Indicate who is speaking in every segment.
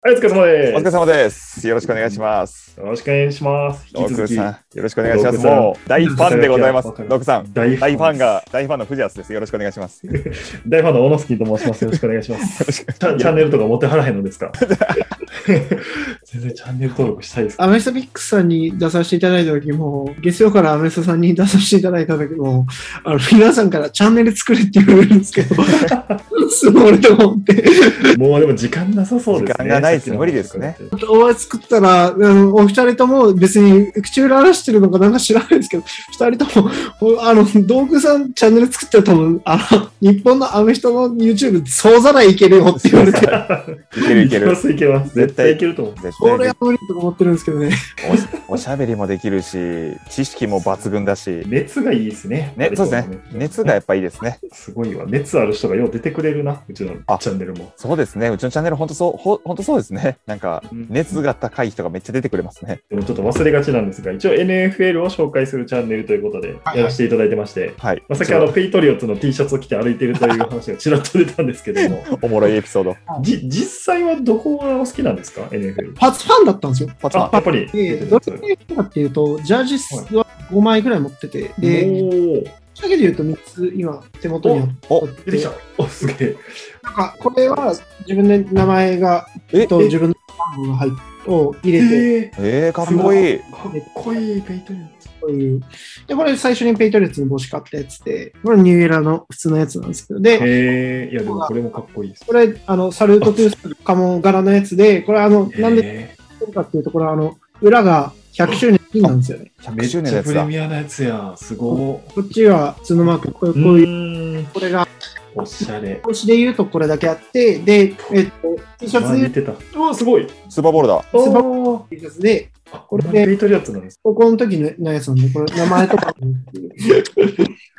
Speaker 1: はい、お疲れ様で
Speaker 2: お疲れ様です。よろしくお願いします。
Speaker 1: す。よろしくお願いします。
Speaker 2: ド
Speaker 1: 引き
Speaker 2: ク
Speaker 1: 続き、
Speaker 2: さん、よろしくお願いします。
Speaker 1: ドクさん
Speaker 2: もう大ファンでございます。
Speaker 1: ドクさん
Speaker 2: ドクさん、
Speaker 1: 大
Speaker 2: 大ファンが、大ファンの藤安です。よろしくお願いします。よ
Speaker 1: 大ファンのオノスキーと申します。よろしくお願いします。
Speaker 2: ろしく
Speaker 1: チャチャンネルとか持ってはらへんのですか全然チャンネル登録したいですか
Speaker 3: アメサビックスさんに出させていただいた時も、月曜からアメサさんに出させていただいた時も、あの、皆さんからチャンネル作れって言われるんですけど、すごいと思って。
Speaker 1: もうでも時間なさそうですね。
Speaker 2: 時間がないです無理ですね。
Speaker 3: お会い作ったら、あの、お二人とも別に口裏荒らしてるのかなんか知らないですけど、二人とも、おあの、道具さんチャンネル作ったら多分、あの、日本のアメフトの YouTube 総ざらいいけるよって言われて、
Speaker 2: いける
Speaker 1: い
Speaker 2: いけ
Speaker 1: けま
Speaker 2: る。
Speaker 1: す、いけます。絶対いけると思う。
Speaker 2: 絶
Speaker 3: これ
Speaker 2: 対
Speaker 3: は無理とか思ってるんですけどね。
Speaker 2: おおしゃべりもできるし、知識も抜群だし、
Speaker 1: 熱がいいですね。
Speaker 2: ね、そうですね。熱がやっぱいいですね。
Speaker 1: すごいわ。熱ある人がよう出てくれるな、うちの
Speaker 2: あ
Speaker 1: チャンネルも。
Speaker 2: そうですね。うちのチャンネル、本当そう、ほ本当そうですね。なんか、
Speaker 1: うん
Speaker 2: 熱が高い人がめっちゃ出てくれますね。
Speaker 1: でもちょっと忘れがちなんですが、一応 NFL を紹介するチャンネルということで
Speaker 3: はい
Speaker 1: やらせていただいてまして、
Speaker 2: はい。
Speaker 1: まあ、さっきあのペイトリオッツの T シャツを着て歩いてるという話がちらっと出たんですけど も、
Speaker 2: おもろいエピソード。
Speaker 1: じ実際はどこがお好きなんですか、NFL。
Speaker 3: 初ファンだったんですよ。
Speaker 2: パツ
Speaker 1: あ
Speaker 2: マ、
Speaker 1: やっぱり。
Speaker 3: で、どれくらいかっていうと、ジャージは5枚ぐらい持ってて、で、
Speaker 1: おー
Speaker 3: ぶっちゃけで言うと3つ今手元にあって
Speaker 2: お、
Speaker 1: 出てきた。お、すげえ。
Speaker 3: なんかこれは自分で名前が
Speaker 2: え
Speaker 3: と
Speaker 1: え
Speaker 3: 自分の番号が入っを入れて
Speaker 1: え
Speaker 2: えー、かっこいい。
Speaker 1: ー、かっこいいペイトリオッツ。
Speaker 3: というでこれ最初にペイトレッツの帽子買ったやつでこれニューエラの普通のやつなんですけどで
Speaker 1: へえー、いやでもこれもかっこいいです。
Speaker 3: これあのサルートトゥースカモン柄のやつでこれあのなんで
Speaker 1: へ
Speaker 3: 作るかっていうとこれあの裏が100周年なんですよね
Speaker 1: ー
Speaker 2: 100
Speaker 1: めっち
Speaker 2: 周年の
Speaker 1: ゃ
Speaker 2: や
Speaker 1: プ
Speaker 2: つ
Speaker 1: レ
Speaker 2: だ。
Speaker 1: ミアなやつや。すご
Speaker 3: こっちは普通のマークこう
Speaker 1: い。
Speaker 3: こういう
Speaker 1: ーん
Speaker 3: これが
Speaker 1: おしゃれ。
Speaker 3: 帽子で言うとこれだけあってでえっと T シャツ
Speaker 1: あ
Speaker 3: で言
Speaker 1: 似
Speaker 3: う
Speaker 1: てた。おすごい。
Speaker 2: スーパーボールだ。
Speaker 3: おー
Speaker 1: お
Speaker 3: と T シャツで
Speaker 1: こ
Speaker 3: こ
Speaker 1: れ
Speaker 3: れ
Speaker 1: ペイトリオッツなんです。
Speaker 3: 高校の時ののやつなんでこれ名前とか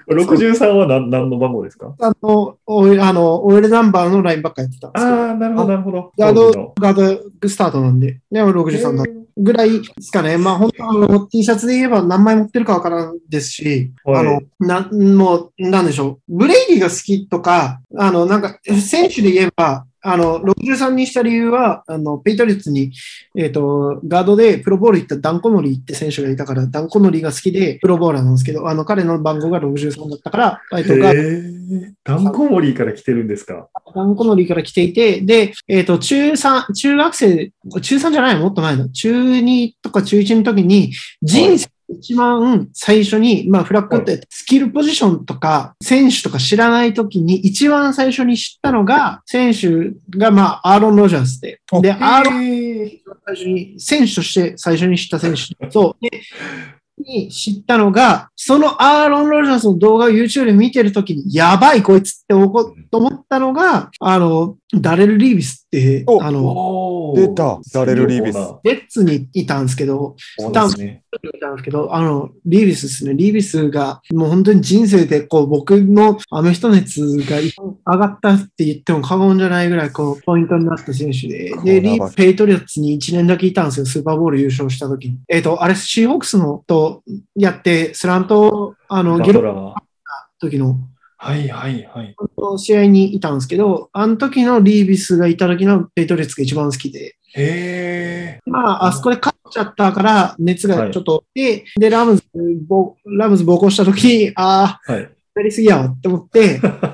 Speaker 1: 63は何何の番号ですか
Speaker 3: あの、オイル、あの、オイルナンバーのラインばっかやってたんですけど、
Speaker 1: ああ、なるほど、なるほど。
Speaker 3: ガー
Speaker 1: 当時
Speaker 3: ド
Speaker 1: の、
Speaker 3: ガードスタートなんで、ね、63だぐらいですかね。まあ、本当あの、T シャツで言えば何枚持ってるかわからんですし、
Speaker 1: はい
Speaker 3: あの、な、もう、なんでしょう。ブレイディが好きとか、あの、なんか、選手で言えば、あの、63にした理由は、あの、ペイトリッツに、えっ、と、ガードでプロボール行ったダン・コノリーって選手がいたから、ダン・コノリーが好きで、プロボーラーなんですけど、あの、彼の番号が63だったから、えっ、と、ガード
Speaker 1: へえ、ダンコモリーから来てるんですか。
Speaker 3: ダンコノリーから来ていて、で、えっ、と、中3、中学生、中3じゃないもっと前の、中2とか中1の時に、人生で一番最初に、まあ、フラッグって、スキルポジションとか、選手とか知らない時に、一番最初に知ったのが、選手が、まあ、アーロン・ロジャースで、で、アーロン、
Speaker 1: ン。
Speaker 3: 最初に、選手として最初に知った選手、そう、で、に知ったのが、そのアーロン・ロジャースの動画を YouTube で見てるときに、やばい、こいつって思こと思ったのが、あの、ダレル・リービスって、
Speaker 2: お
Speaker 3: あの、
Speaker 1: お
Speaker 2: 出たダレルリービス
Speaker 1: そ
Speaker 3: レッツにいたんですけど、
Speaker 1: うですね。
Speaker 3: いたんですけど、あの、リービスですね。リービスが、もう本当に人生で、こう、僕のアメフト熱が一番上がったって言っても過言じゃないぐらい、こう、ポイントになった選手で
Speaker 2: こ、う
Speaker 3: で、
Speaker 2: な
Speaker 3: リ
Speaker 2: わ
Speaker 3: ーペイトリオッツに1年だけいたんですよ、スーパーボール優勝した時に。えっ、と、あれ、シーホークスのとやって、スラント、あの、
Speaker 1: バ
Speaker 3: ゲロ
Speaker 1: ト
Speaker 3: の
Speaker 1: ラー。
Speaker 3: 時の、
Speaker 1: はいはいはい。
Speaker 3: 試合にいたんですけど、あの時のリービスがいた時のペイトリオッツが一番好きで、
Speaker 1: へえ。
Speaker 3: まあ、あそこで勝っちゃったから、熱がちょっと、で、で、ラムズ、ぼラムズ暴行した時に、ああ、
Speaker 1: はい。
Speaker 3: やりすぎやわって思 って、やりすぎやわ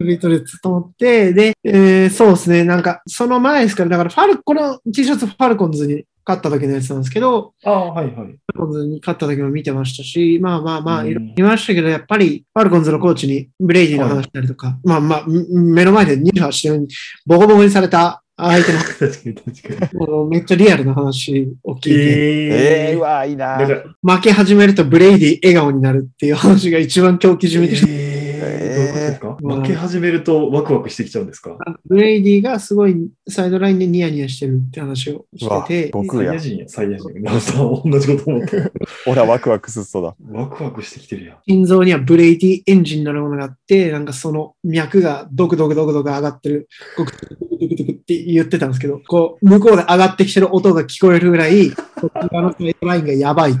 Speaker 3: ビートルズと思って、で、えーそうですね、なんか、その前ですから、だから、ファル、この T シャツファルコンズに勝った時のやつなんですけど、
Speaker 1: ああ、はいはい。
Speaker 3: ファルコンズに勝った時も見てましたし、まあまあまあ、
Speaker 1: うん
Speaker 3: いろいろ見ましたけど、やっぱり、ファルコンズのコーチにブレイジーの話したりとか、まあまあ、ん目の前で28してるボコボコにされた相手の、
Speaker 1: 確かに確かに。
Speaker 3: あのめっちゃリアルな話を聞いて、
Speaker 2: えー、う
Speaker 1: わ。
Speaker 2: わー、いいな
Speaker 1: だか
Speaker 2: ー。
Speaker 1: ら、
Speaker 3: 負け始めるとブレイディ笑顔になるっていう話が一番狂気じみでした。
Speaker 1: えーどういうことですか
Speaker 3: うん
Speaker 1: 負け始めるとワクワクしてきちゃうんですか
Speaker 3: ブレイディがすごいサイドラインでニヤニヤしてるって話を
Speaker 2: う
Speaker 3: し
Speaker 2: わ
Speaker 3: てて、
Speaker 2: 悟
Speaker 1: サ
Speaker 2: 空
Speaker 1: イヤ
Speaker 2: や。
Speaker 1: 人や、サイヤ人。なさん、同じこと思って。
Speaker 2: ほら、ワクワクすっそうだ。
Speaker 1: ワクワクしてきてるやん。
Speaker 3: 心臓にはブレイディエンジンのようなものがあって、なんかその脈がドクドクドクドク上がってる、ドクドクドクドクって言ってたんですけど、こう、向こうで上がってきてる音が聞こえるぐらい、こっち側のサイドラインがやばいって、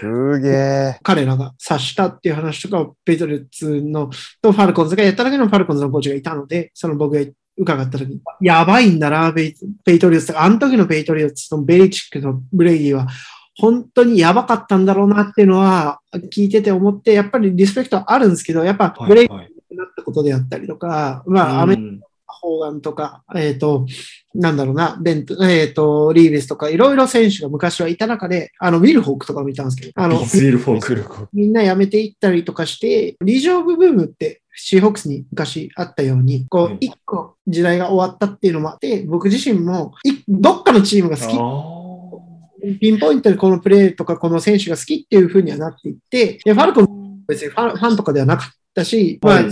Speaker 2: すげえ。
Speaker 3: 彼らが察したっていう話とかを、ペイトルツのとファルコンズがやっただけのファルコンズのコーチがいたので、その僕が伺った時に、やばいんだな、ペイペイトリオッツ。あの時のペイトリオッツとベリチックとブレイディは、本当にやばかったんだろうなっていうのは、聞いてて思って、やっぱりリスペクトはあるんですけど、やっぱブレイデ
Speaker 1: はい
Speaker 3: ィになったことであったりとか、まあ、アメリカ
Speaker 1: うん
Speaker 3: ホーガンとか、えっ、と、なんだろうな、ベント、えっ、と、リーベスとか、いろいろ選手が昔はいた中で、あの、ウィルホークとかもいたんですけど、あ
Speaker 1: ビ
Speaker 3: の
Speaker 1: ッ、ツイルフォーク。
Speaker 3: みんな辞めていったりとかして、リージョブブームって、シーホークスに昔あったように、こ
Speaker 1: う、
Speaker 3: うん一個時代が終わったっていうのもあって、僕自身も、いどっかのチームが好き
Speaker 1: あ
Speaker 3: ピンポイントでこのプレーとかこの選手が好きっていう風にはなっていって、でファルコン別にファンファンとかではなかったし、
Speaker 1: あ。は
Speaker 3: まあ、
Speaker 1: い。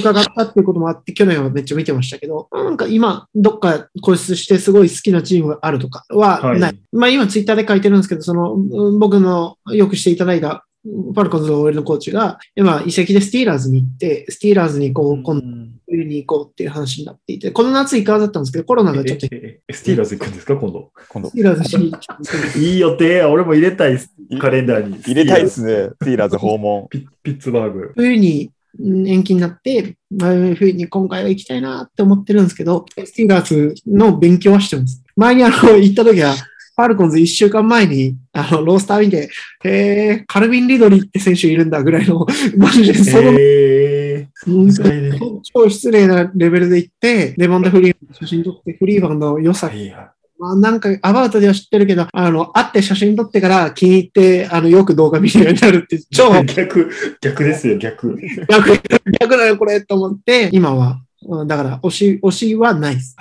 Speaker 3: 伺ったっていうこともあって、去年はめっちゃ見てましたけど、なんか今、どっか固執してすごい好きなチームがあるとかはない。
Speaker 1: はい
Speaker 3: まあ今ツイッターで書いてるんですけど、その、うん僕のよくしていただいた、ファルコンズの OL のコーチが、今、移籍でスティーラーズに行って、スティーラーズにこう、今度冬に行こうっていう話になっていて、この夏行かなかったんですけど、コロナがちょっと
Speaker 1: え、ええスティーラーズ行くんですか、今度。
Speaker 2: 今度
Speaker 3: スティーラーズしに行っちゃうんですけど
Speaker 1: いい予定や、俺も入れたいです、カレンダーに。
Speaker 2: 入れたいですね。スティーラーズ訪問。
Speaker 1: ピッ。ピッツバーグ。
Speaker 3: 冬にうん延期になって、まあ冬に今回は行きたいなって思ってるんですけど、スティーラーズの勉強はしてます。前にあの、行った時は、ファルコンズ1週間前に、あの、ロースター見て、へーカルビン・リドリーって選手いるんだぐらいの、マジでその、
Speaker 1: え
Speaker 3: うん
Speaker 1: ー、いね
Speaker 3: 超失礼なレベルで行って、レモンド・フリーバンの写真撮って、フリーバンの良さ
Speaker 1: いや
Speaker 3: まあ、なんか、アバウトでは知ってるけど、あの、会って写真撮ってから気に入って、あの、よく動画見るようになるって、超
Speaker 1: 逆、逆ですよ、逆。
Speaker 3: 逆、逆だよ、これ、と思って、今は、うんだから、推し、推しはないです。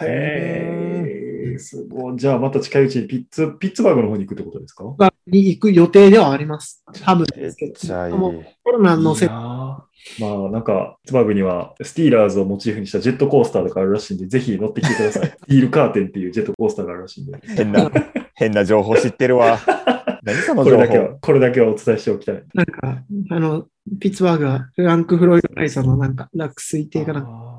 Speaker 1: へえ、すごい。じゃあ、また近いうちにピッツ、ピッツバーグの方に行くってことですか
Speaker 3: 僕はに行く予定ではあります。多分ですけど。
Speaker 2: じゃあいい。
Speaker 3: もうコロナのせ
Speaker 1: いいなあまあ、なんか、ピッツバーグには、スティーラーズをモチーフにしたジェットコースターとかあるらしいんで、ぜひ乗ってきてくださ い。スティールカーテンっていうジェットコースターがあるらしいんで、
Speaker 2: 変な、変な情報知ってるわ。何その
Speaker 1: こ
Speaker 2: 情
Speaker 1: れだけは
Speaker 2: 報、
Speaker 1: これだけはお伝えしておきたい。
Speaker 3: なんか、あの、ピッツバーグは、フランク・フロイド・ライさんのなんか、落水
Speaker 1: あ
Speaker 3: 亭かなんか、
Speaker 1: ー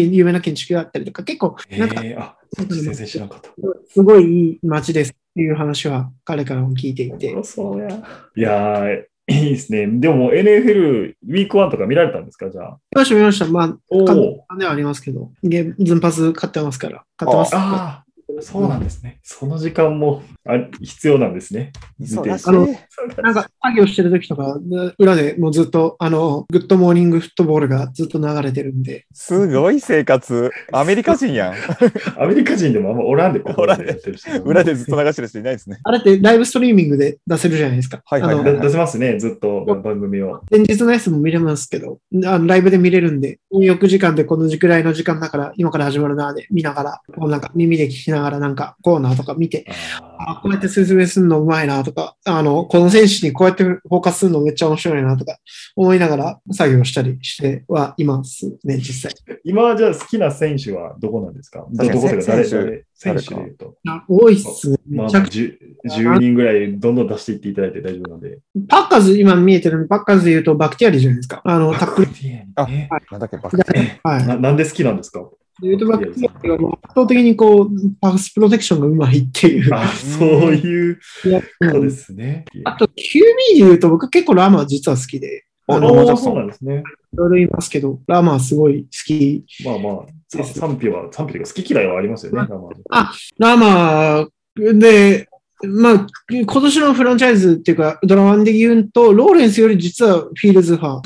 Speaker 3: 有名な建築家だったりとか、結構、
Speaker 1: え
Speaker 3: なんか、
Speaker 1: ー、あ、そっち全然知らなかった。
Speaker 3: すごいいい街ですっていう話は、彼からも聞いていて、
Speaker 1: そうや。いやー、いいですね。でも NFL ウィーク1とか見られたんですかじゃあ。
Speaker 3: 見ました、見ました。まあ、
Speaker 1: お
Speaker 3: 勝
Speaker 1: お。
Speaker 3: ではありますけど、ゲームズンパス買ってますから、買ってます。
Speaker 1: ああ、そうなんですね。その時間もあ必要なんですね。
Speaker 2: 忙しい
Speaker 3: あのなんか作業してる時とか、ぬ裏でもうずっと、あの、グッドモーニングフットボールがずっと流れてるんで、
Speaker 2: すごい生活。アメリカ人やん。
Speaker 1: アメリカ人でもあんまおらんで、ここまで
Speaker 2: おらんで
Speaker 1: やってる人。
Speaker 2: 裏でずっと流してる人いないですね。
Speaker 3: あれってライブストリーミングで出せるじゃないですか。
Speaker 2: はいはい
Speaker 3: あ
Speaker 1: だ
Speaker 3: の
Speaker 2: はい
Speaker 1: 出せますね、ずっと番組を。
Speaker 3: 前日のやつも見れますけど、あのライブで見れるんで、入浴時間でこの時くらいの時間だから、今から始まるなーで見ながら、こうなんか耳で聞きながらなんかコーナーとか見て、あ
Speaker 1: あ
Speaker 3: こうやって説明するのうまいなとか、あの、この選手にこうやってフォーカスするのめっちゃ面白いなとか思いながら作業したりしてはいますね、実際。
Speaker 1: ー今、じゃあ好きな選手はどこなんですかど
Speaker 2: 確
Speaker 1: ど
Speaker 2: かに
Speaker 1: ことか誰
Speaker 2: 選手
Speaker 1: 誰選
Speaker 2: 誰
Speaker 1: 手
Speaker 2: か
Speaker 1: で言うと。
Speaker 3: あ多いっすね。
Speaker 1: まあ、
Speaker 3: めちゃくちゃ
Speaker 1: 10 10人ぐらいどんどん出していっていただいて大丈夫なんで。
Speaker 3: パッカーズ、今見えてるのに、パッカーズで言うとバクティアリじゃないですか。あの、タックル。
Speaker 2: あ
Speaker 1: え
Speaker 2: なんだっけ、バックテ
Speaker 3: はい。で
Speaker 1: ななんで好きなんですか
Speaker 3: 言うとバクティアリはもう圧倒的にこう、パスプロテクションがうまいっていう。。
Speaker 1: あそういうことですすね。
Speaker 3: あと、QB で言うと、僕結構ラマー実は好きで、
Speaker 1: あ
Speaker 3: あ
Speaker 1: あ
Speaker 3: の、い
Speaker 1: ー、
Speaker 2: そ
Speaker 1: そううなんですね。
Speaker 3: ろいろ言いますけど、ラマーすごい好き。
Speaker 1: まあまあ、さ賛否は、賛否というか好き嫌いはありますよね、ラマーズ
Speaker 3: ラマーで、まあ、今年のフランチャイズっていうか、ドラマンで言うと、ローレンスより実はフィールズ派。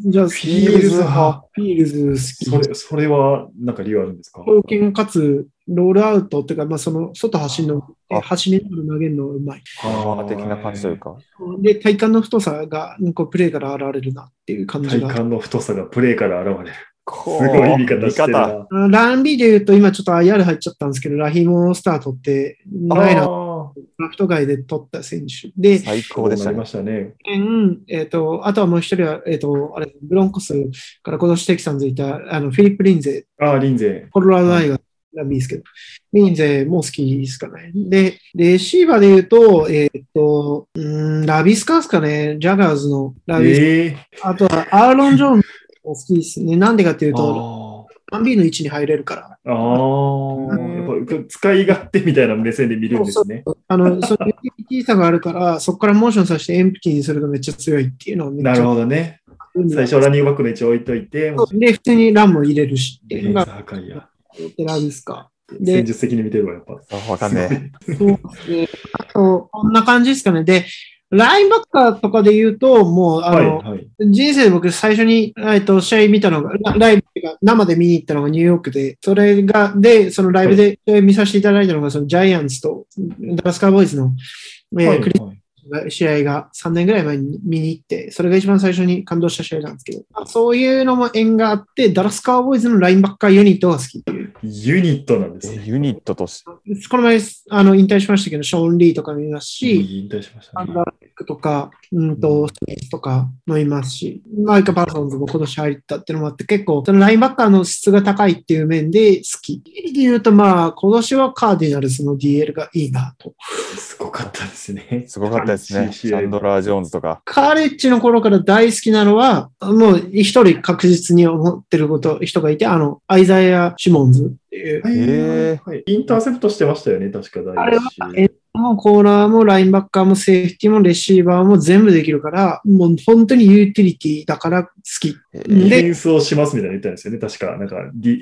Speaker 3: じゃあ、フ
Speaker 1: ィールズ派。
Speaker 3: フィールズ
Speaker 1: そ
Speaker 3: 好き。
Speaker 1: れ、それは、なんか理由あるんですか
Speaker 3: 貢献かつ、ロールアウトっていうか、まあ、その、外走るの、
Speaker 2: あ
Speaker 3: 走りながら投げるのがうまい。
Speaker 2: ー的な感じというか。
Speaker 3: で、体幹の太さが、こう、プレーから現れるなっていう感じ
Speaker 1: 体
Speaker 3: が。
Speaker 1: 幹の太さがプレーから現れる。
Speaker 2: す
Speaker 1: すごい見方してるな。
Speaker 3: あランビーで言うと、今ちょっと IR 入っちゃったんですけど、ラヒモ・スタートって、ライラー
Speaker 1: あー
Speaker 3: ドラフト外で取った選手。で、
Speaker 2: 最高でし
Speaker 1: な
Speaker 2: た
Speaker 1: り
Speaker 2: ね
Speaker 1: ま。したね。
Speaker 3: うんえっ、と、あとはもう一人は、えっ、と、あれ、ブロンコスから今年テキサンズいた、あの、フィリップ・リンゼ、
Speaker 1: ああ、リンゼ
Speaker 3: コロラド大学ランビーですけど、リンゼも好きですかね。で、レシーバーで言うと、えっ、と、うん、ラビスカースかね、ジャガーズのラビス、
Speaker 1: ええ
Speaker 3: あとはアーロン・ジョーンズも好きですね。なんでかっていうと、
Speaker 1: あ
Speaker 3: ランビーの位置に入れるから。
Speaker 1: あー。
Speaker 2: う
Speaker 1: やっぱ使い勝手みたいな目線で見るんですね。
Speaker 3: あの、 そのユーティリティさがあるから、そこからモーションさせてエンプティーにするとめっちゃ強いっていうのをめっちゃ
Speaker 1: なるほどね。最初はランニングバックの位置置いといて、もう
Speaker 3: で、普通にランも入れるしって
Speaker 1: レ
Speaker 3: いう
Speaker 1: ー
Speaker 3: の
Speaker 1: ザ
Speaker 3: が、
Speaker 1: ー界や。
Speaker 3: お寺ですか。で
Speaker 1: 戦術的に見てるわ、やっぱ。
Speaker 2: あわかんね
Speaker 3: そうですね。あと、こんな感じですかね。で、ラインバッカーとかで言うと、もう、あ
Speaker 1: はい、
Speaker 3: の、
Speaker 1: はい。
Speaker 3: 人生で僕最初に、えっと、試合見たのが、ラライブっていうか生で見に行ったのがニューヨークで、それが、で、そのライブで試合見させていただいたのが、そのジャイアンツとダラスカーボーイズの、えー
Speaker 1: はい
Speaker 3: クリ
Speaker 1: はい
Speaker 3: 試合が3年ぐらい前に見に行って、それが一番最初に感動した試合なんですけど、まあそういうのも縁があって、ダラスカーボーイズのラインバッカーユニットが好きっていう。
Speaker 1: ユニットなんです
Speaker 2: え。
Speaker 1: ね。
Speaker 2: ユニットとして。
Speaker 3: この前、あの、引退しましたけど、ショーン・リーとかもいますし、
Speaker 1: 引退しまし
Speaker 3: ア
Speaker 1: た
Speaker 3: ン
Speaker 1: ね。
Speaker 3: ダーレックとか、うんと、スミスとかもいますし、マイカ・パーソンズも今年入ったっていうのもあって、結構、そのラインバッカーの質が高いっていう面で好き。で言うと、まあ、今年はカーディナルスの DL がいいなと。
Speaker 1: すごかったですね。
Speaker 2: すごかったですね。
Speaker 1: CCA
Speaker 2: サンドラー・ジョーンズとか。
Speaker 3: カレッジの頃から大好きなのは、もう一人確実に思ってること、人がいて、あの、アイザイア・シモンズっていう。
Speaker 1: はい
Speaker 2: え
Speaker 1: はいインターセプトしてましたよね、確か
Speaker 3: あ
Speaker 1: 第
Speaker 3: れ
Speaker 1: 一
Speaker 3: は
Speaker 1: 試合。
Speaker 3: もうコーナーもラインバッカーもセーフティーもレシーバーも全部できるから、もう本当にユーティリティだから好き。
Speaker 2: え
Speaker 1: ディ
Speaker 2: ー
Speaker 1: フェンスをしますみたいなの言ったんですよね、確か。なんか、ディ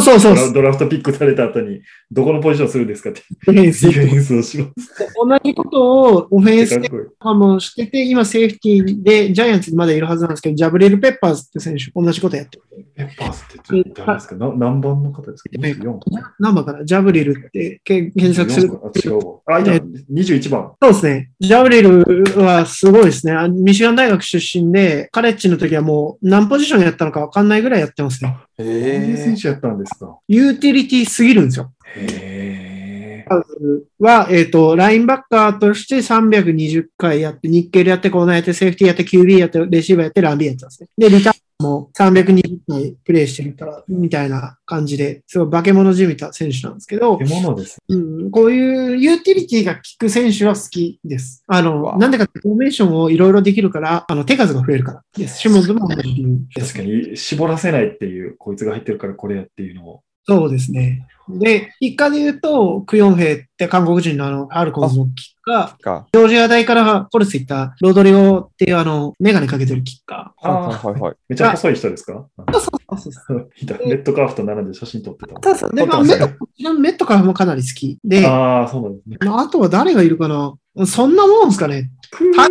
Speaker 3: そうそうそう
Speaker 1: ド。ラドラフトピックされた後に、どこのポジションするんですかって、
Speaker 3: ディフェン
Speaker 1: デ
Speaker 3: ス
Speaker 1: ィフェンスをします
Speaker 3: 同じことをオフェンス
Speaker 1: って
Speaker 3: と
Speaker 1: かっこいい。
Speaker 3: かもしてて、今セーフティーでジャイアンツにまだいるはずなんですけど、ジャブリエル・ペッパーズって選手、同じことやってる。
Speaker 1: ペッパーズって誰ですかな何番の方ですか ?24
Speaker 3: 何番かなジャブリエルってけ検索する。
Speaker 1: あ、違うわ。あ、いや、21番。
Speaker 3: そうですね。ジャブリエルはすごいですね。あミシガン大学出身で、カレッジの時はもう何ポジションやったのか分かんないぐらいやってますね。
Speaker 1: こういう
Speaker 2: え
Speaker 1: 選手やったんですか。
Speaker 3: ユーティリティすぎるんですよ。
Speaker 1: へ
Speaker 3: カズは、えっ、と、ラインバッカーとして320回やって、ニッケルやって、コーナーやって、セーフティーやって、QB やって、レシーバーやって、ランビーやってたんですね。で、リターンも320回プレイしてるから、みたいな感じで、すごい化け物じみた選手なんですけど
Speaker 1: ー。、獲物です。
Speaker 3: うん、こういうユーティリティが効く選手は好きです。あの、
Speaker 2: わ
Speaker 3: なんでかってフォーメーションをいろいろできるから、あの、手数が増えるから。です。シモンズも同じ理由です
Speaker 1: 確かに、絞らせないっていう、こいつが入ってるからこれやっていうのを。
Speaker 3: そうですね。で、一家で言うと、クヨンヘイって韓国人のあの、アルコンズのキッカー、
Speaker 2: か。
Speaker 3: ジョージア大からコルス行ったロドリゴっていうあの、メガネかけてるキッカ
Speaker 2: はいはいはい。
Speaker 1: めっちゃ細い人ですか
Speaker 3: ー。そうそうそうそう。
Speaker 1: いたレッドカーフと並んで写真撮ってた。
Speaker 3: ただ、でも
Speaker 2: 撮ってま
Speaker 3: メ
Speaker 2: した
Speaker 3: ット、こちらのメットからもかなり好きで、あ
Speaker 1: ああ、そうなんですね。
Speaker 3: とは誰がいるかなそんなもんですかね。は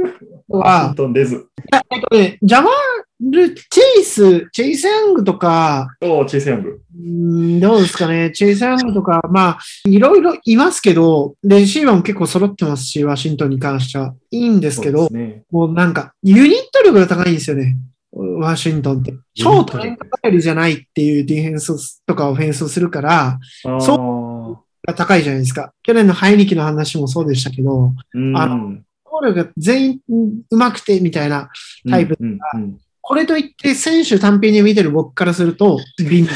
Speaker 1: ワシントンレズ。
Speaker 3: えっとね、ジャマール、チェイス、チェイス・ヤングとか、
Speaker 1: おー、チェイスヤング。
Speaker 3: うーんどうですかね、チェイス・ヤングとか、まあ、いろいろいますけど、レシーバーも結構揃ってますし、ワシントンに関しては。いいんですけど、
Speaker 1: そうですね
Speaker 3: もうなんか、ユニット力が高いんですよね。ワシントンって。
Speaker 1: ユニッ
Speaker 3: 超
Speaker 1: ト力
Speaker 3: トレンドばかりじゃないっていうディフェンスとかオフェンスをするから、
Speaker 1: あ
Speaker 3: そ
Speaker 1: そ
Speaker 3: 高いじゃないですか。去年のハイニキの話もそうでしたけど、
Speaker 1: う。うん
Speaker 3: あ能力が全員上手くてみたいな、タイプ。
Speaker 1: うんうんうん
Speaker 3: これといって選手単品で見てる僕からすると、微妙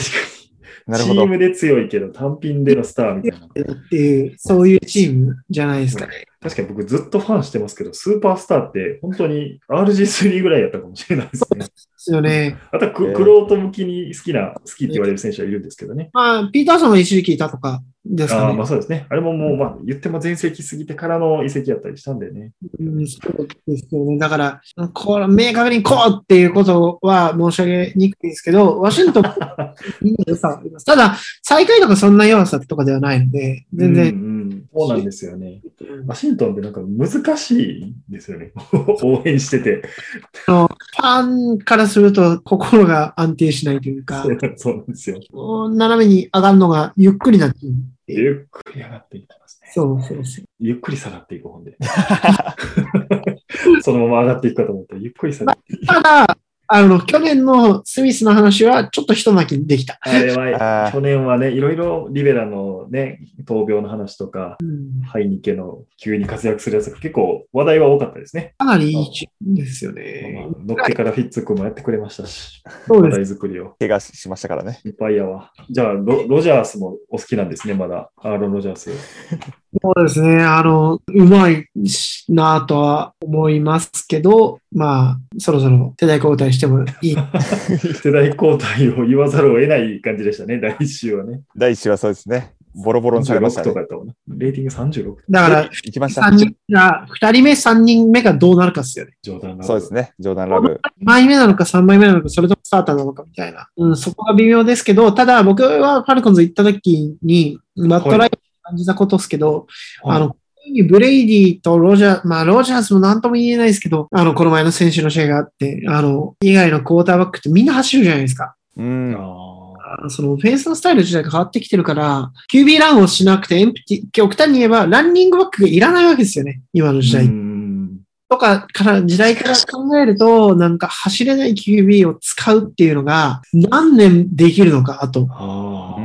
Speaker 2: なる
Speaker 1: チ
Speaker 2: ほ
Speaker 1: ー
Speaker 2: ど。
Speaker 1: ムで強いけど、単品でのスターみたいな。
Speaker 3: っていう、そういうチームじゃないですかね。
Speaker 1: 確かに僕ずっとファンしてますけど、スーパースターって本当に RG3 ぐらいやったかもしれないですね。
Speaker 3: ですよね。
Speaker 1: あとは
Speaker 2: え
Speaker 1: く、
Speaker 2: ー
Speaker 1: クロート向きに好きな、好きって言われる選手はいるんですけどね。
Speaker 3: まあ、ピーターソンが一時期いたとかです
Speaker 1: ああ、
Speaker 3: か
Speaker 1: ま
Speaker 3: ね
Speaker 1: あ。そうですね。あれももう、まあ、言っても全盛期過ぎてからの移籍やったりしたんでね。
Speaker 3: うん、そうですよね。だから、これ明確にこうっていうことは申し上げにくいですけど、ワシントン いい良さはあります。ただ、最下位とかそんな弱さとかではないので、全然、
Speaker 1: うんうん。そうなんですよね。
Speaker 3: あ
Speaker 1: ワシントンってなんか難しいんですよね。 応援してて。
Speaker 3: のファンからすると心が安定しないというか
Speaker 1: そ、うそうなんですよ。
Speaker 3: こう斜めに上がるのがゆっくりなっていう。
Speaker 1: ゆっくり上がっていきますね。
Speaker 3: そうそうそう。
Speaker 1: ゆっくり下がっていく本で。そのまま上がっていくかと思ったらゆっくり下がってい
Speaker 3: ただ、あの、去年のスミスの話はちょっと一泣きできた。
Speaker 1: く。あれは
Speaker 2: あ、ー
Speaker 1: 去年はね、いろいろリベラのね、闘病の話とか、
Speaker 3: うん
Speaker 1: ハイニケの急に活躍するやつが結構話題は多かったですね。
Speaker 3: かなりいいチームですよ
Speaker 1: まあ
Speaker 3: ね。
Speaker 1: 乗ってからフィッツ君もやってくれましたし、
Speaker 3: そう
Speaker 1: 話
Speaker 3: です。
Speaker 1: 題作りを。
Speaker 2: 怪我しましたからね。
Speaker 1: いっぱいやわ。じゃあロ、ロジャースもお好きなんですね、まだ。アーロン・ロジャース。
Speaker 3: そうですね。あの、うまいしなとは思いますけど、まあ、そろそろ世代交代してもいい。
Speaker 1: 世代交代を言わざるを得ない感じでしたね、第一週はね。
Speaker 2: 第一はそうですね。ボロボロにされました
Speaker 1: 36と
Speaker 2: ね
Speaker 1: か。やったもんな。レーティング36とか
Speaker 3: だから、
Speaker 2: 行きました
Speaker 3: 三。人が、二人目、三人目がどうなるかっすよね。
Speaker 1: 冗談な
Speaker 2: そうですね。冗談ラブ。
Speaker 3: 2枚目なのか3枚目なのか、それともスターターなのかみたいな。うん、そこが微妙ですけど、ただ僕はファルコンズ行った時に、バットライン感じたことですけど、あの、ブレイディとロジャー、まあ、ロジャースも何とも言えないですけど、あの、この前の選手の試合があって、あの、以外のクォーターバックってみんな走るじゃないですか。
Speaker 2: うん。
Speaker 1: あ
Speaker 3: あのそのオフェンスのスタイル自体が変わってきてるから、QB ランをしなくてエンプティ、極端に言えばランニングバックがいらないわけですよね、今の時代。
Speaker 1: ーうん
Speaker 3: とかから、時代から考えると、なんか走れない QB を使うっていうのが、何年できるのか、あと。
Speaker 1: あ
Speaker 2: う
Speaker 1: ー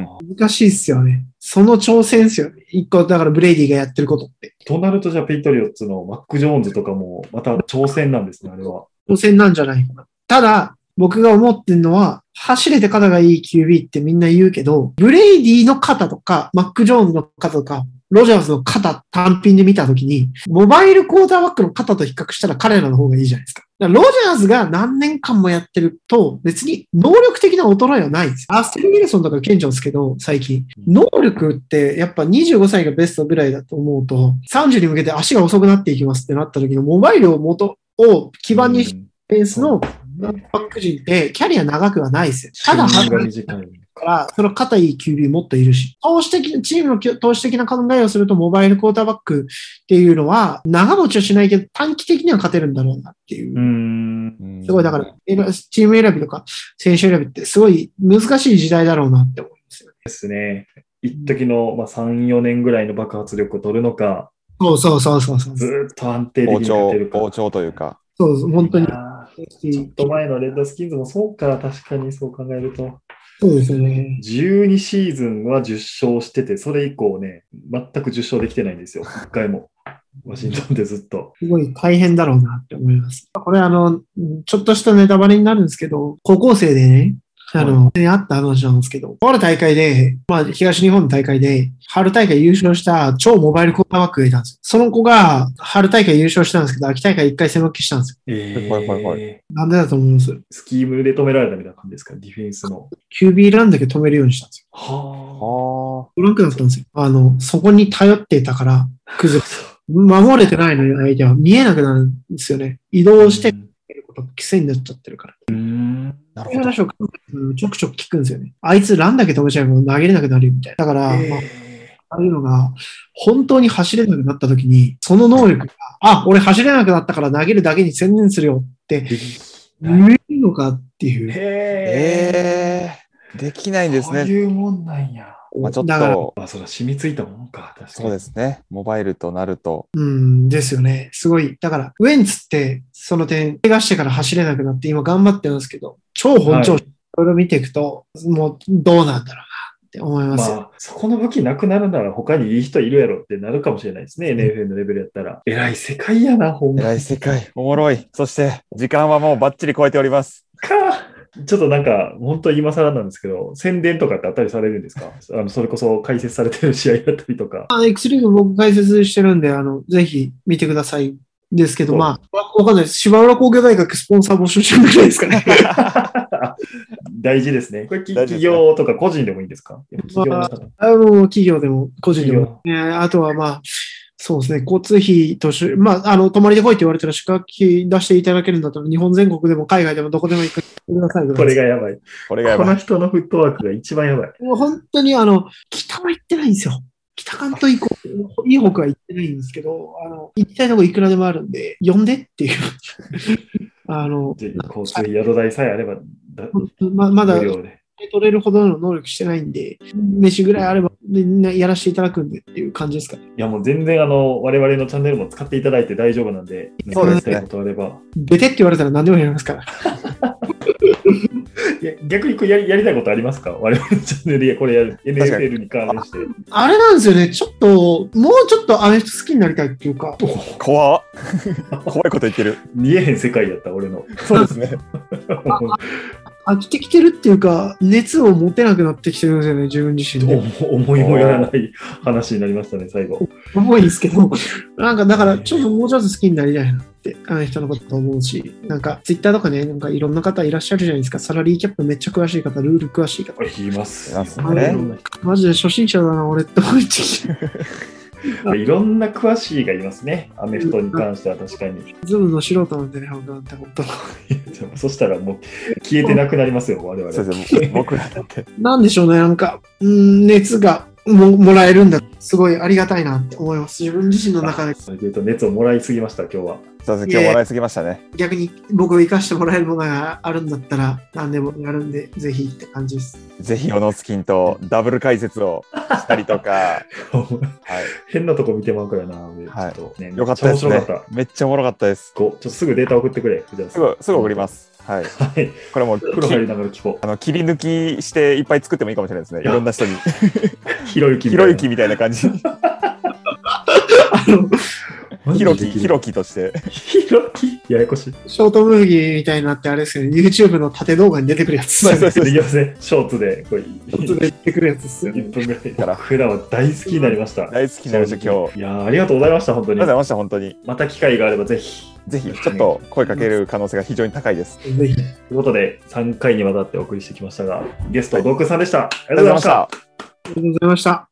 Speaker 2: ん。
Speaker 3: 難しいっすよね。その挑戦っすよね。一個、だからブレイディがやってることって。
Speaker 1: となると、じゃあ、ペイトリオッツのマック・ジョーンズとかも、また挑戦なんですね、あれは。
Speaker 3: 挑戦なんじゃないかな。ただ、僕が思ってるのは、走れて肩がいい QB ってみんな言うけど、ブレイディの肩とか、マック・ジョーンズの肩とか、ロジャースの肩単品で見たときに、モバイルクォーターバックの肩と比較したら彼らの方がいいじゃないですか。だからロジャーズが何年間もやってると、別に能力的な衰えはないんですよ。アステル・ウィルソンとか顕著ですけど、最近。能力ってやっぱ25歳がベストぐらいだと思うと、30に向けて足が遅くなっていきますってなった時のモバイルを元、を基盤にし
Speaker 1: うん
Speaker 3: ベースの
Speaker 1: う
Speaker 3: バ
Speaker 1: ん
Speaker 3: ック陣って、キャリア長くはないですよ。ただ、
Speaker 1: 睡
Speaker 3: 働
Speaker 1: 眠が
Speaker 3: く
Speaker 1: 短い。
Speaker 3: から、その肩いい QB もっといるし、投資的、チームのき投資的な考えをすると、モバイルクォーターバックっていうのは、長持ちはしないけど、短期的には勝てるんだろうなっていうう。
Speaker 1: ん。
Speaker 2: うん
Speaker 3: すごい、だから、えらチーム選びとか、選手選びって、すごい難しい時代だろうなって思いますよね。
Speaker 1: ですね。一時のまあ、3、4年ぐらいの爆発力を取るのか、
Speaker 3: そうそうそうそうそう。
Speaker 1: ず
Speaker 3: そ
Speaker 1: ーっと安定的
Speaker 2: 王
Speaker 1: にや
Speaker 2: 朝
Speaker 1: ってる、か。
Speaker 2: 王朝というか。
Speaker 3: うそう、本当に。
Speaker 1: あーちょっと前のレッドスキンズもそうか、確かにそう考えると。
Speaker 3: そうですよね。
Speaker 1: 12シーズンは10勝してて、それ以降ね、全く10勝できてないんですよ、一回も。ワシントンでずっと。
Speaker 3: すごい大変だろうなって思います。これあの、ちょっとしたネタバレになるんですけど、高校生でね、あの、あった話なんですけど、とある大会で、まあ、東日本の大会で、春大会優勝した超モバイルコーナーバックがいたんですよ。その子が、春大会優勝したんですけど、秋大会一回戦負けしたんですよ。
Speaker 1: え
Speaker 2: はいはいは
Speaker 3: なんでだと思います
Speaker 1: スキームで止められたみたいな感じですか、ディフェンスの。
Speaker 3: ?QB ランだけ止めるようにしたんですよ。
Speaker 1: は
Speaker 2: あ
Speaker 3: ブランクだったんですよ。あの、そこに頼っていたから、崩れ
Speaker 1: あ。
Speaker 3: 守れてないのよ、相手は。見えなくなるんですよね。移動してることが癖になっちゃってるから。
Speaker 1: うん。
Speaker 2: あ。な
Speaker 3: そういう話をうんちょくちょく聞くんですよね。あいつランだけ止めちゃえば投げれなくなるよみたいな。だから、まあ、
Speaker 1: え
Speaker 3: ああいうのが、本当に走れなくなった時に、その能力が、あ、俺走れなくなったから投げるだけに専念するよって言えるのかってい
Speaker 1: ー
Speaker 3: う。
Speaker 1: え
Speaker 2: ええ。できないんです
Speaker 1: そう
Speaker 2: ね。
Speaker 1: いうもんなんや。
Speaker 2: まあちょっ
Speaker 3: だから、
Speaker 2: と、
Speaker 1: まあ、それは染みついたもんか、確かに。
Speaker 2: そうですね。モバイルとなると。
Speaker 3: うん、ですよね。すごい。だから、ウェンツって、その点、怪我してから走れなくなって、今頑張ってるんですけど、超本調
Speaker 1: は
Speaker 3: 子、、
Speaker 1: い
Speaker 3: ろいろ見ていくと、もう、どうなんだろうなって思いますよ。
Speaker 1: まあ、そこの武器なくなるなら他にいい人いるやろってなるかもしれないですね、NFL のレベルやったら。えらい世界やな、ほんま
Speaker 2: 偉い世界。おもろい。そして、時間はもうバッチリ超えております。
Speaker 1: か。ちょっとなんか、本当に今更なんですけど、宣伝とかってあったりされるんですかあのそれこそ解説されてる試合だったりとか。
Speaker 3: まあ、X リーグ僕解説してるんで、あの、ぜひ見てください。ですけど、
Speaker 1: そう
Speaker 3: まあ、わわかんないです。芝浦工業大学スポンサー募集してるぐらいですかね。
Speaker 1: 大事ですね。これ
Speaker 2: 大事
Speaker 1: 企
Speaker 2: ですね
Speaker 1: 業とか個人でもいいんですか企業の方
Speaker 3: あの、企業でも、個人でも。えーあとはまあ、そうですね、交通費とし、まあ、あの、泊まりで来いって言われたら宿泊費出していただけるんだったら、日本全国でも海外でもどこでも行くくださいぐら
Speaker 1: こ
Speaker 3: い
Speaker 1: れ
Speaker 3: です。
Speaker 1: がやばい。
Speaker 2: これがや
Speaker 1: こ
Speaker 2: ば
Speaker 1: の
Speaker 2: い。
Speaker 1: 人のフットワークが一番やばい。
Speaker 3: もう本当にあの、北は行ってないんですよ。北関東以降、いい北は行ってないんですけど、あの、行きたいとこいくらでもあるんで、呼んでっていう。 あの、
Speaker 1: ぜひ交通費、宿代さえあれば、だ
Speaker 3: 本当ままだ
Speaker 1: 無料で。
Speaker 3: 取れるほどの能力してないんで、飯ぐらいあればみんなやらせていただくんでっていう感じですかね。
Speaker 1: いやもう全然あの我々のチャンネルも使っていただいて大丈夫なんで、
Speaker 2: そうですね
Speaker 1: なんかやりたいことあ
Speaker 3: 出てって言われたら何でもやりますから。
Speaker 1: れば。いや逆にこうやりやりたいことありますか我々のチャンネルでこれやる
Speaker 2: 確かに
Speaker 1: NFL に関連して。
Speaker 3: あれなんですよね、ちょっと、もうちょっとあの人好きになりたいっていうか、
Speaker 2: 怖っ怖いこと言ってる。
Speaker 1: 見えへん世界やった、俺の。
Speaker 2: そうですね。
Speaker 3: 飽きてきてるっていうか、熱を持てなくなってきてるんですよね、自分自身で。
Speaker 1: 思いもよらない話になりましたね、最後。
Speaker 3: 重いんですけど、なんかだから、ちょっともうちょっと好きになりたいなっって、あの人のこと思うし、なんか、ツイッターとかね、なんかいろんな方いらっしゃるじゃないですか。サラリーキャップめっちゃ詳しい方、ルール詳しい方。
Speaker 1: 言います。
Speaker 2: います
Speaker 3: ね
Speaker 1: いろんな
Speaker 3: マジで初心者だな、俺って思ってきて。
Speaker 1: いろんな詳しいがいますね。アメフトに関しては確かに。
Speaker 3: ズームの素人なんでね、僕なんて本当。
Speaker 1: でもそしたらもう消えてなくなりますよ、我々。
Speaker 2: そうですね僕らだって。
Speaker 3: なんでしょうね、なんか、うん熱がももらえるんだ。すごいありがたいなって思います。自分自身の中で
Speaker 1: それで言うと熱をもらいすぎました、今日は。
Speaker 2: そうですね今日笑いすぎましたね。
Speaker 3: 逆に僕を生かしてもらえるものがあるんだったら何でもやるんで、ぜひって感じです。
Speaker 2: ぜひ、小野スキンとダブル解説をしたりと か。は
Speaker 1: 変なとこ見てまうからな、俺ちょ
Speaker 2: はい
Speaker 1: っとね、
Speaker 2: い。よかったです
Speaker 1: め
Speaker 2: ね
Speaker 1: っちゃ面白かった。
Speaker 2: めっちゃおもろかったです。
Speaker 1: こうちょっとすぐデータ送ってくれ、藤原さ
Speaker 2: す
Speaker 1: ん
Speaker 2: ぐ、すぐ送ります。はい。
Speaker 1: はい。
Speaker 2: これも う、
Speaker 1: 風呂入りながら聞こ
Speaker 2: あの切り抜きしていっぱい作ってもいいかもしれないですね。いろんな人に。
Speaker 1: う。 ひろゆき
Speaker 2: ひ
Speaker 1: みた
Speaker 2: ろ
Speaker 1: いな
Speaker 2: ゆきみたいな感じ。
Speaker 3: あの、
Speaker 1: マ
Speaker 2: ひ
Speaker 1: ジ
Speaker 2: ろ
Speaker 1: で
Speaker 2: き、
Speaker 1: できる
Speaker 2: ひろきとして。
Speaker 1: ひろきややこしい。
Speaker 3: ショートムービーみたいになってあれですよね、YouTube の縦動画に出てくるやつ。
Speaker 2: そうそう
Speaker 1: できますね。ショーツで、これ、1
Speaker 3: 出てくるやつですよね。
Speaker 1: 分ぐらい
Speaker 2: から
Speaker 1: 僕らは大好きになりました。
Speaker 2: 大好きになりました、今日。
Speaker 1: いやーありがとうございました、本当
Speaker 2: あり
Speaker 1: に
Speaker 2: がとうご。ざいました、本当に。
Speaker 1: また機会があればぜひ。
Speaker 2: ぜひ、ちょっと声かける可能性が非常に高いです。
Speaker 3: ぜひ。
Speaker 1: ということで、3回にわたってお送りしてきましたが、ゲスト、
Speaker 2: はい
Speaker 1: ドックさんでした。ありがとう
Speaker 2: あ
Speaker 1: ございました。
Speaker 3: ありがとうございました。